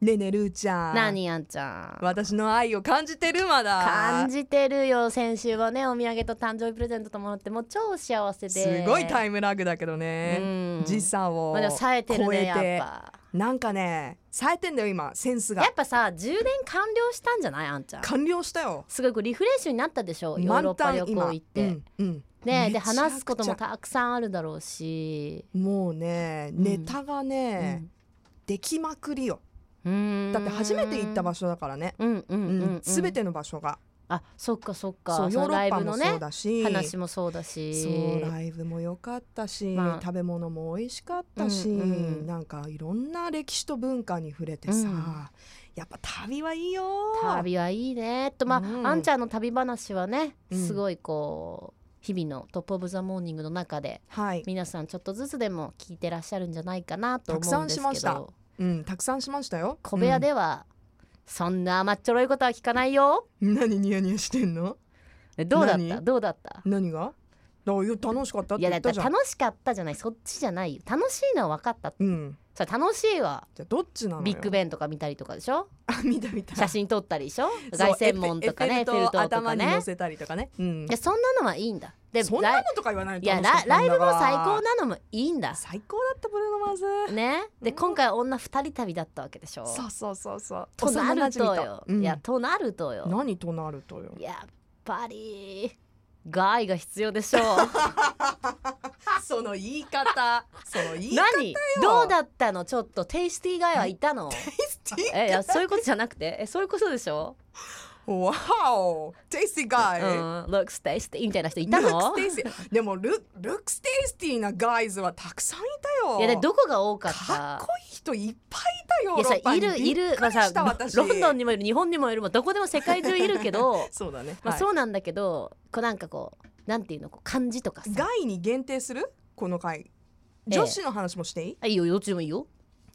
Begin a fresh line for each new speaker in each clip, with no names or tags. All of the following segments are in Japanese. ねえねえるーちゃん
何やんちゃん
私の愛を感じてるまだ
感じてるよ先週はねお土産と誕生日プレゼントともらってもう超幸せです
ごいタ
イ
イムラグだけどね
うん
時差を
まだ
超
冴えてるね
え
や
て
っぱ
なんかね冴えてんだよ今センスが
やっぱさ充電完了したんじゃないあんちゃん
完了したよ
すごいこうリフレッシュになったでしょヨーロッ
満タ
パ
ン
旅
今
行行って、
うんうん
ね
めち
で
ゃくちゃ
話すこともたくさんあるだろうし、
もうね
ん
ネタがねできまくりよ
うん
だって初めて行った場
所
所だからね
うんうんうん、うん、
すべての場所が
あそっかそっか
そう
そ
ヨー
の
ロ
ライ
ッパ
ブ
も
の
そう
ね
だし
話もそうだし
そうライブも良かったし、
まあ
食べ物も美味しかったし、
うんうん
なんかいろんな歴史と文化に触れてさ、
うん
やっぱ旅はいいよ
旅はいいねとまあ、
うん
あんちゃんの旅話はね
うん
すごいこう日々の「トップ・オブ・ザ・モーニング」の中で
はい、
皆さんちょっとずつでも聞いてらっしゃるんじゃないかな
た
と
く
思
さ
うん
ん
です
し
け
ま
ど
したうん、たくさんしましたよ
小部屋、では、そんな甘っちょろいことは聞かないよ
うん何ニヤニヤしてんの
えどうだった
何
どうだった
何がだからいや楽しかったっ
い
て
や
言
だ
っ
ったて
じゃん
楽しかったじゃないそっちじゃないよ楽しいのは分かった
うん
それ楽しいわ
じゃあどっちなのよ
ビッグベンとか見たりとかでし ょ
あ見た見た
写真撮ったりでしょ
そう
凱旋門とかねエ
エッ
ッフ
フェ
ェル
ル
塔
塔を
と
頭
か
に
ね
乗せたりとかねうん
いやそんなのはいいんだで
そん
ラ
な
イ
のとか言わない
い
と
や
楽しかっ
ラ
たんだ
ライブも最
わ
高なのもいいんだ
最高だったブルーノマーズ
ねで今回は女二人旅だったわけでしょ
そうそうそうそう
とな
幼馴
る
染
とよ、
うん
いやとなるとよ
何となるとよ
やっぱり害が必要でしょう
その言い方その 言い方
何どうだったのちょっとテイスティー害はいたのえいやそういうことじゃなくてえそういうことでしょ、
わおテイスティー
う
ガイ、
ん、Looks tasty みたいな人い
ル
た
ッ
の
クステイスティーでもルルックステイスティーなガイズはたくさんいたよ
いやでどこが多かった
かっこいい人いっぱいいたよ
い
ヨーロ
や
ッパ
さ
に
いるい
び
る
っ、く
まあ
りし
さ
た私
ロンドンにもいる日本にもいるもうどこでも世界中いるけど
そうだね、
まあ
はい
そうなんだけど、こうなんかこうなんていうのこう漢字とかさ
ガイに限定するこの回
え
女子の話もしていい、
あいいよどっちでもいいよ、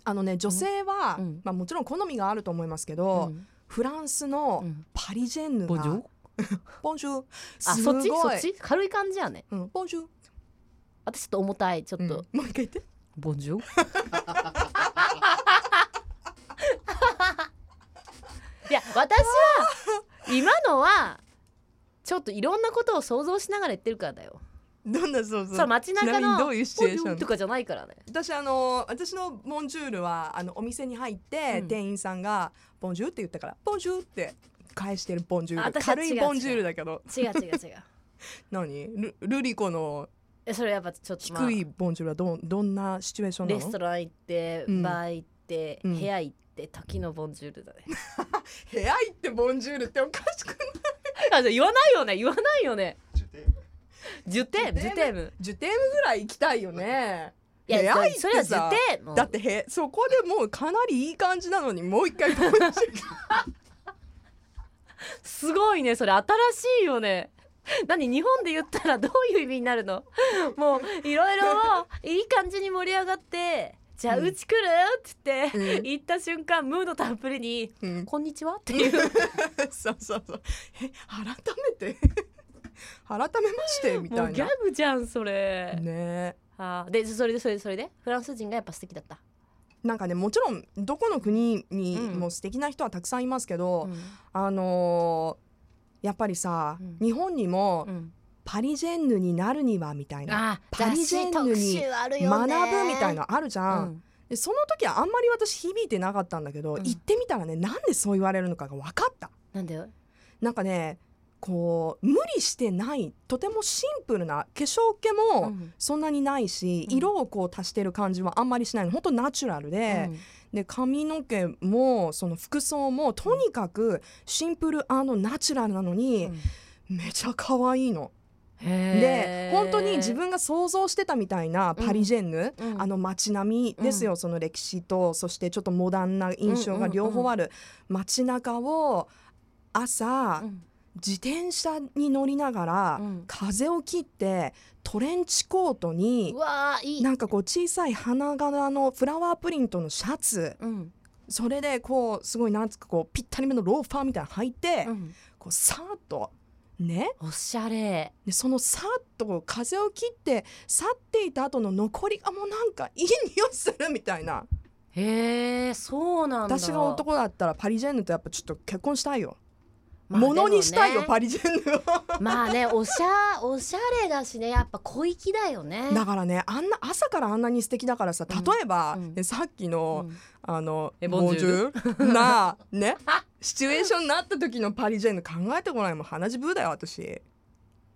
あのね女性は、
うん
まあ、もちろん好みがあると思いますけ
う
ど、
ん
フランスの
うん
パリジェンヌが、
ボンジュール
ボンジュール
あ
す
そ
ごい
っちそっち軽い感じやね
うん、ボンジュール
私ちょっと重たいちょっと、
うんもう一回言って
ボンジョ いや私は今のはちょっといろんなことを想像しながら言ってるからだよ。
どんな想像
そう街中の
ちなみにどういうシチュエーシ
ボン
ョ
ジョと
ン
かじゃないからね。
私あの私のボンジュールはあのお店に入って、
うん
店員さんが「ボンジュール」って言ったから「ボンジュール」って返してるボンジュール
私は違う
軽いボンジュールだけど
違う違う違う。
何ルルリコの
えそれやっぱちょっと、まあ
低いボンジュールはどんどんなシチュエーションな
レス
の
トラン行って、
うん
バー行って、
うん
部屋行って時のボンジュールだね。
部屋行ってボンジュールっておかしくない
あじゃあ言わないよね言わないよね。ジュテームジ
ジ
ュ
ュ
テ
テ
ーム。
ジュテームぐらい行きたいよね
いや
部屋行ってさ
それはジュテーム。
だってへそこでもうかなりいい感じなのにもう一回ボン ジュール
すごいねそれ新しいよね 何日本で言ったらどういう意味になるの もういろいろ いい感じに盛り上がってじゃあ
うん
うち来るって言って、
うん
行った瞬間ムードたっぷりに
うん
「こんにちは」っていう
そうそうそう。え、改めて 改めましてみ
も
た
う
い
ギャ
な。
グじゃんそれ、
ねえ
あーでそれでそれでそれでフランス人がやっぱ素敵だった、
なんかねもちろんどこの国に
うん
も素敵な人はたくさんいますけど、
うん
あのーやっぱりさ、
うん
日本にも
うん
パリジェンヌになるにはみたいな
あー
パリジェンヌに
雑誌特集あるよ
学
ね
ぶみたいなのあるじ
う
ゃん、
ん
でその時はあんまり私響いてなかったんだけど、
うん
行ってみたらねなんでそう言われるのかが分かった
なんだよ
なんかねこう無理してないとてもシンプルな化粧気も、
うん
そんなにないし、
うん
色をこう足してる感じはあんまりしないの本当ナチュラルで,、
うん
で髪の毛もその服装もとにかくシンプルナチュラルなのに、めちゃ可愛いの。で
へー
本当に自分が想像してたみたいなパリジェンヌ、
うん
あの街並みですよ、その歴史とそしてちょっとモダンな印象が両方ある、街中を朝、
うん
自転車に乗りながら、
うん
風を切ってトレンチコートに
うわーいい
なんかこう小さい花柄のフラワープリントのシャツ
うん
それでこうすごいなんつうかこうぴったりめのローファーみたいなの履いて、
うん
こうさーっとね
おしゃれ
でそのさーっと風を切って去っていた後の残りがもうなんかいい匂いするみたいな
へえそうなんだ
私が男だったらパリジェンヌとやっぱちょっと結婚したいよ、
まあ
ものにしたいよ、
でもね
パリジェンヌを
まあねおしゃおしゃれだしねやっぱ小粋だよね
だからねあんな朝からあんなに素敵だからさ例えば、
うん
ねさっき
う
の、
ん
あの
えボンジュ
ボンジュール なねシチュエーションになった時のパリジェンヌ考えてこないもん鼻血ブーだよ私
い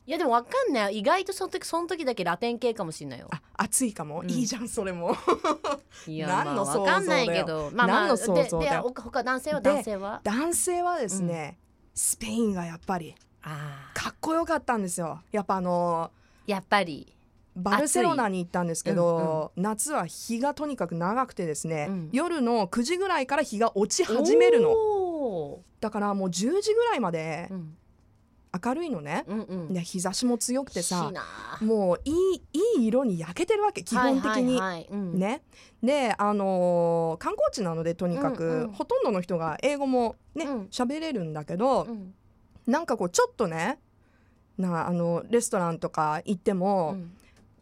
やでもわかんない意外とその時その時だけラテン系かもしれないよ
あ暑いかも、
うん
いいじゃんそれも
いや
何の想
まあ
像
わ
だよ
かんないけどまあまあ
何の想像だよ
でで他他男性は
で
男性は
男性はですね、スペインがやっぱり
あー
かっこよかったんですよやっぱあの
やっぱり
バルセロナに行ったんですけど、夏は日がとにかく長くてですね、
うん
夜の9時ぐらいから日が落ち始めるの
お
だからもう10時ぐらいまで
ーうん
明るいのね、
うんうん
で日差しも強くて
い
さ
いな
もういいいい色に焼けてるわけ基本的に。
はいはいはいうん
ね、で、あのー観光地なのでとにかく、
うんうん
ほとんどの人が英語もね
うん
喋、れるんだけど、
うん
なんかこうちょっとねなあのレストランとか行って
う
も、
ん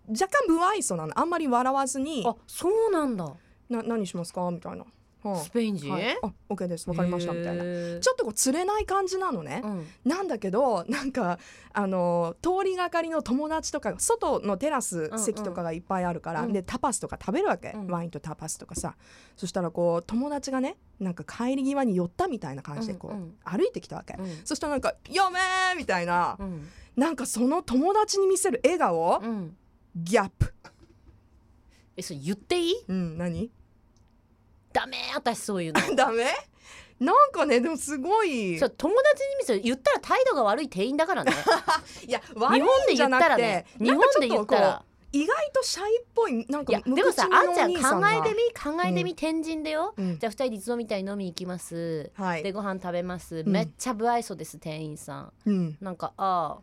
若干無愛想なのあんまり笑わずに
あそうなんだ
「な何しますか?」みたいな「は
スペイン人
いはい、あ OK ですわかりました」みたいな。ちょっとこう釣れない感じなのね、
うん
なんだけど なんかあのー通りがかりの友達とかが外のテラス
うん
席とかがいっぱいあるから、
うん
でタパスとか食べるわけ、
うん
ワインとタパスとかさそしたらこう友達がねなんか帰り際に寄ったみたいな感じでこう、
うんうん
歩いてきたわけ、
うん
そしたらなんか「やめー!」みたいな、
うん
なんかその友達に見せる笑顔、
うん
ギャップ
えそれ言っていい
うん何
ダメ私そういうの
ダメなんかねでもすごいい
そう友達に見せる言ったら態度が悪い店員だからね
や
日
悪い
本で
んじゃ
言っ
な
た
く
ら
て、
ね日
な
本
んかち
で
ょ
言
っと
っ
こ
た
う
ら
意外とシャイっぽいなん
い
か
やでもさ
無口
あ
の
んちゃん
お兄
考
さが
えてみ考えてみ天神だよ
うん
じゃあ二人で一度みたいに飲み行きます
はい
でご飯食べます
ん
めっちゃ不愛想です店員さん
うん、
なんかああ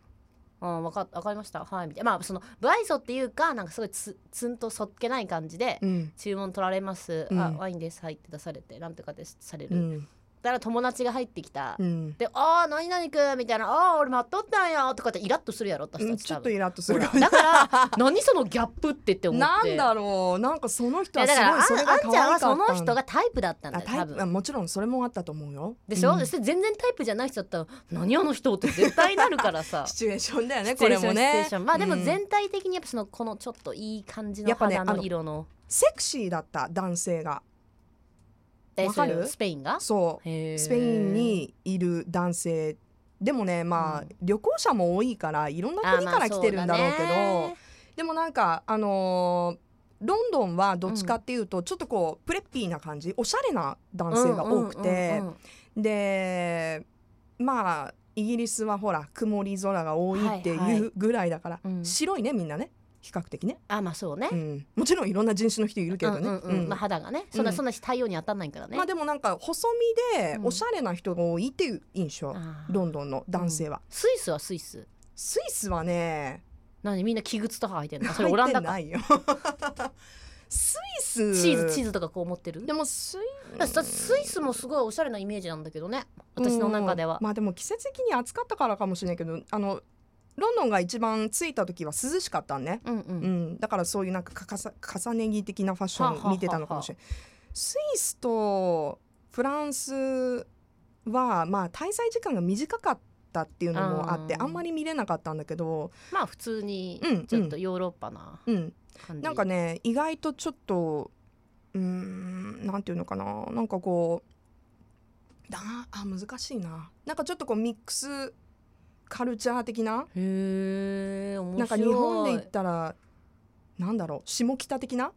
うん、わかわかりましたはいみたいなまあその不愛想っていうかなんかすごいつつんとそっけない感じで
うん
注文取られます、
うん
あワインですはいって出されてなんとかですされ
う
る、
ん
だから友達が入ってきた、
うん
で「あー何々くん」みたいな「あー俺待っとったんや」とかってイラッとするやろ私たち
ちょ
多
っと
分
イラッとする
だから何そのギャップってって 思っ
な
て
んだろうなんかその人
いや
は
だ
す
から
ご
あ
いそれが可
んあんち
愛か
ゃん
っ
は
た
そ
ん
の人
だ
がタイプだったんだ
あ
よ
タ
多
イプあ
分
もちろんそれもあったと思うよ
でしょ、
うん
それ全然タイプじゃない人だったら「何あの人」って絶対なるか らさ
シチュエーションだよねこれも
シチュエーションシチュエ
ね
ーションまあでも
うん
全体的にやっぱそのこのちょっといい感じ
や
の
っぱね
肌
あ
の
の
色の
セクシーだった男性が
え
わかる
それスペインが
そう
ス
スペインにいる男性でもねまあ、
うん
旅行者も多いからいろんな国から来てるんだろうけどでもなんかあのーロンドンはどっちかっていうと、ちょっとこうプレッピーな感じおしゃれな男性が多くて、でまあイギリスはほら曇り空が多いって
はい
い
は
うぐらいだから、
うん
白いねみんなね比較的ね、
あまあそうね
うん、もちろんいろんな人種の人いるけどね、
うんうんう
うんん
まあ、肌がねそんな、
うん
そんな太陽に当たんないからね、
まあでもなんか細身で
うん
おしゃれな人が多いっていう印象、
あー
ロンドンの男性は、
スイスはスイス
スイスはね
何みんな器靴とか履いて るのそれオラ
入っ
ン
て
ダか
ないよ スイス
チーズチーズとかこう持ってる
でもスイ
だだスイスもすごいおしゃれなイメージなんだけどね私の中では
うん、まあでも季節的に暑かったからかもしれないけどあのロンドンが一番着いた時は涼しかったんね、
うんう
うんん、だからそういうなんかかかさ重ね着的なファッションを見てたのかもしれないスイスとフランスはまあ滞在時間が短かったっていうのもあって
あー
あんまり見れなかったんだけど、
まあ普通に
うん
ちょっとヨーロッパな
うん、
感じ
なんかね意外とちょっとうーんなんていうのかななんかこうだあ難しいななんかちょっとこうミックスカルチャー的な
へえ
な
面
んか
白い
日本で言ったらなんだろう下北的な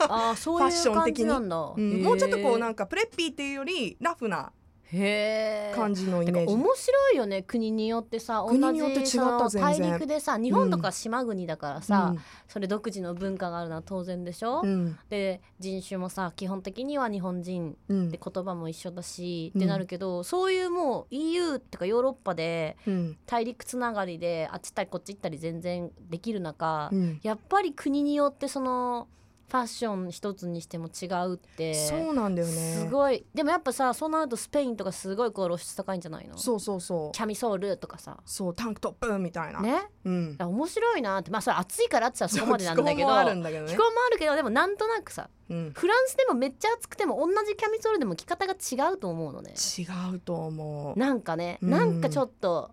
あーそういう感じなんだ、
うんもうちょっとこうなん
か
んかプレッピーっていうよりラフな
へえ
感じのイメージ、
面白いよね国によってさ
国によって違った
その
全然
大陸でさ日本とか島国だからさ、それ独自の文化があるのは当然でしょ、
うんうん
で人種もさ基本的には日本人
うん
で言葉も一緒だし、
うん
ってなるけどそういうもう EU ってかヨーロッパで
うん
大陸つながりであっち行ったりこっち行ったり全然できる中、
うん
やっぱり国によってそのファッション一つにしても違うって
そうなんだよね
すごいでもやっぱさそうなるとスペインとかすごいこう露出高いんじゃないの
そうそうそう
キャミソールとかさ
そうタンクトップみたいな、
ね
うん
あ面白いなってまあそれ暑いからってさそこまでなんだけど
気候もあるんだけど
気
ね
候、もあるけどでもなんとなくさ
うん、
フランスでもめっちゃ暑くても同じキャミソールでも着方が違うと思うのね
違うと思う
なんかね
うん
なんかちょっと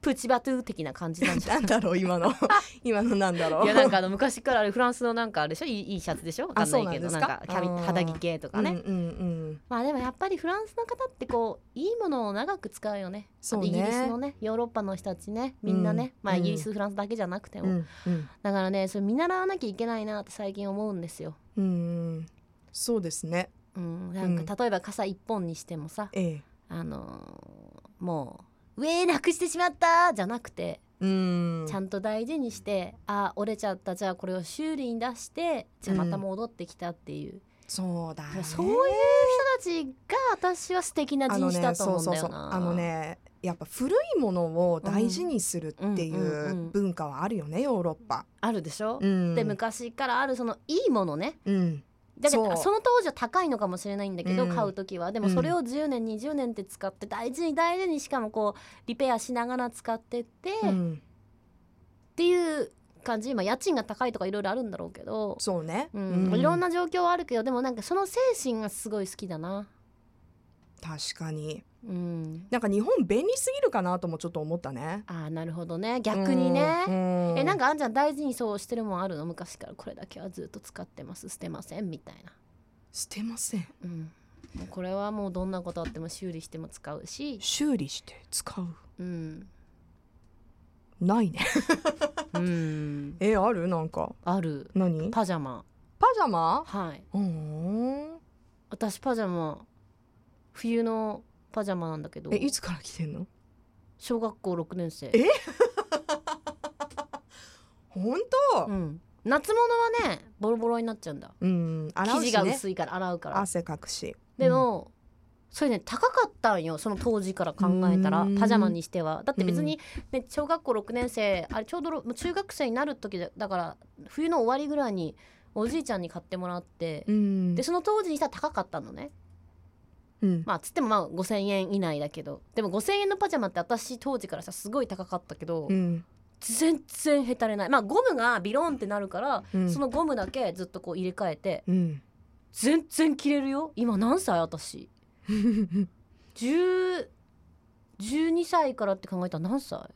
プチバトゥー的な感じなんじゃ
なんだろう今の 今のなんだろう
いやなんかあの昔からあれフランスのなんかあれでしょいいいいシャツでしょわかんないけど
あそ
な
うんなんですか
かキャミ
あー
肌着系とかね、
うんうんうん
まあでもやっぱりフランスの方ってこういいものを長く使うよね
そうね
イギリスのねヨーロッパの人たちねみんなね、
うん
まあ
う
イ
ん
ギリス、フランスだけじゃなくても、
うんうん
だからねそれ見習わなきゃいけないなって最近思うんですよ。
うんそうですね
うん、なんか例えば傘一本にしてもさ、
ええ
あのーもう「うえーなくしてしまった!」じゃなくて
うん
ちゃんと大事にして「あー折れちゃったじゃあこれを修理に出してじゃあまた戻ってきた」っていう、
そうだね
そういう人たちが私は素敵な
あ
人
の
種だ
ね
と
そ
思
う
うん
そう
だ
そう
よな。
あのねやっぱ古いものを大事にするってい
んうんうんう
うん文化はあるよねヨーロッパ。
あるでしょ、
うん、
で昔からあるそのいいものね
うん
だけど
そ
そうの当時は高いのかもしれないんだけど、
うん
買う時はでもそれを10年20年って使って大事に大事にしかもこうリペアしながら使ってって、
う
っ
ん、
ていう感じ今家賃が高いとかいろいろあるんだろうけど、
そうね、
うんいろん
な
な状況はあるけどでもなんかその精神がすごい好きだな。
確かに
うん、
なんか日本便利すぎるかなともちょっと思ったね。
あーなるほどね逆にね。
うん、
えなん
か
かあんちゃん大事にそうしてるもんあるの昔からこれだけはずっと使ってます捨てませんみたいな
捨てません
うん、もうこれはもうどんなことあっても修理しても使うし、
修理して使う
うん
ない ね
うん、
えあるなんか
ある
何パ
パジャマ
ジャマ
はい
うん
私パジャマ冬のパジャマなんだけど
えいつから着てんの
小学校6年生、
え本当
うん、夏物はねボロボロになっちゃうんだ
うん洗
生
う
地
し
が
ね
薄いから洗うから
汗かくし
でも、それね高かったんよその当時から考えたら
うん
パジャマにしてはだって別に、ね、小学校6年生あれちょうどろもう中学生になる時だだから冬の終わりぐらいにおじいちゃんに買ってもらって、
うん
でその当時にしたら高かったのね
うん
まあつってもまあ5,000円以内だけどでも5,000円のパジャマって私当時からさすごい高かったけど、
うん
全然へたれないまあゴムがビロンってなるから、
うん
そのゴムだけずっとこう入れ替えて
うん
全然着れるよ今何歳 私10 12歳からって考えたら何歳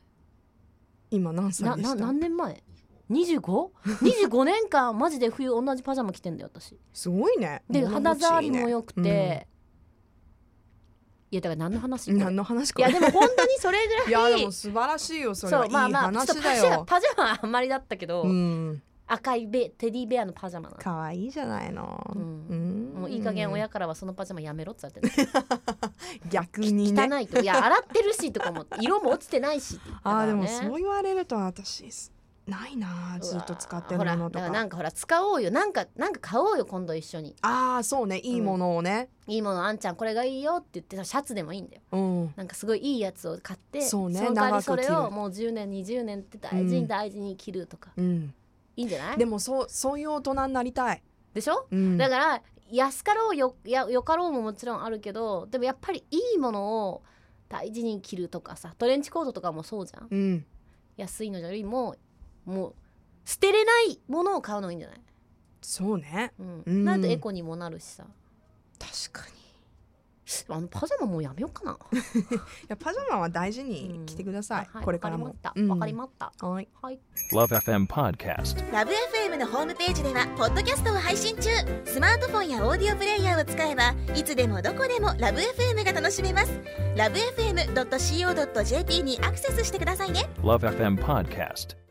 今何
な
歳で
な
した
何年前 25?25 年間マジで冬同じパジャマ着てんだよ私
すごいね
で
物
肌
持ち
触
い
り
いね
も良くて、
うん
いやだから何の話これ
何の話
い
こ
や
れ
でも本当にそれぐらい
いやでも素晴らしいよそれ
そ
は
う
いい
まあまあちょっ
話だ
とパジャマ
よ
パジャマはあんまりだったけど、
うん
赤いベテディベアのパジャマなの
可愛いじゃないの
うん
ん
もういい加減親からはそのパジャマやめろって言われてる
逆にね
汚いといや洗ってるし とかも色も落ちてないしって言ってた
あ
か
ー
ら
でも
ね
そう言われると私ないなあずっと使ってるものと
うわーほらだら
か
なんかほら使おうよなんかなんか買おうよ今度一緒に
ああそうねいいものをね
いいものあんちゃんこれがいいよって言ってさシャツでもいいんだよ
うん
なんかすごいいいやつを買って
そうね
の代わ
長
りそ
く着る
れをもう10年20年って大事に大事に着るとか、
うん
いいんじゃない
で
で
もそうそういう大人になりたい
しょ、
うん
だから安かろうよやよかろうももちろんあるけどでもやっぱりいいものを大事に着るとかさトレンチコートとかもそうじゃん
うん
安いのよりももう捨てれないものを買うのがいいんじゃない、
そうね
うん
うん
なんとエコにもなるしさ
確かにい
あのパジャマもうやめよう かな
やパジャマは大事に着てください、
はい
これからも
わかりました、
うん
わかりました
はい
はい
Love FM Podcast.
ラブ f m のホームページではポッドキャストを配信中スマートフォンやオーディオプレイヤーを使えばいつでもどこでもラブ f m が楽しめますラブ FM.co.jp にアクセスしてくださいね
Love FM Podcast.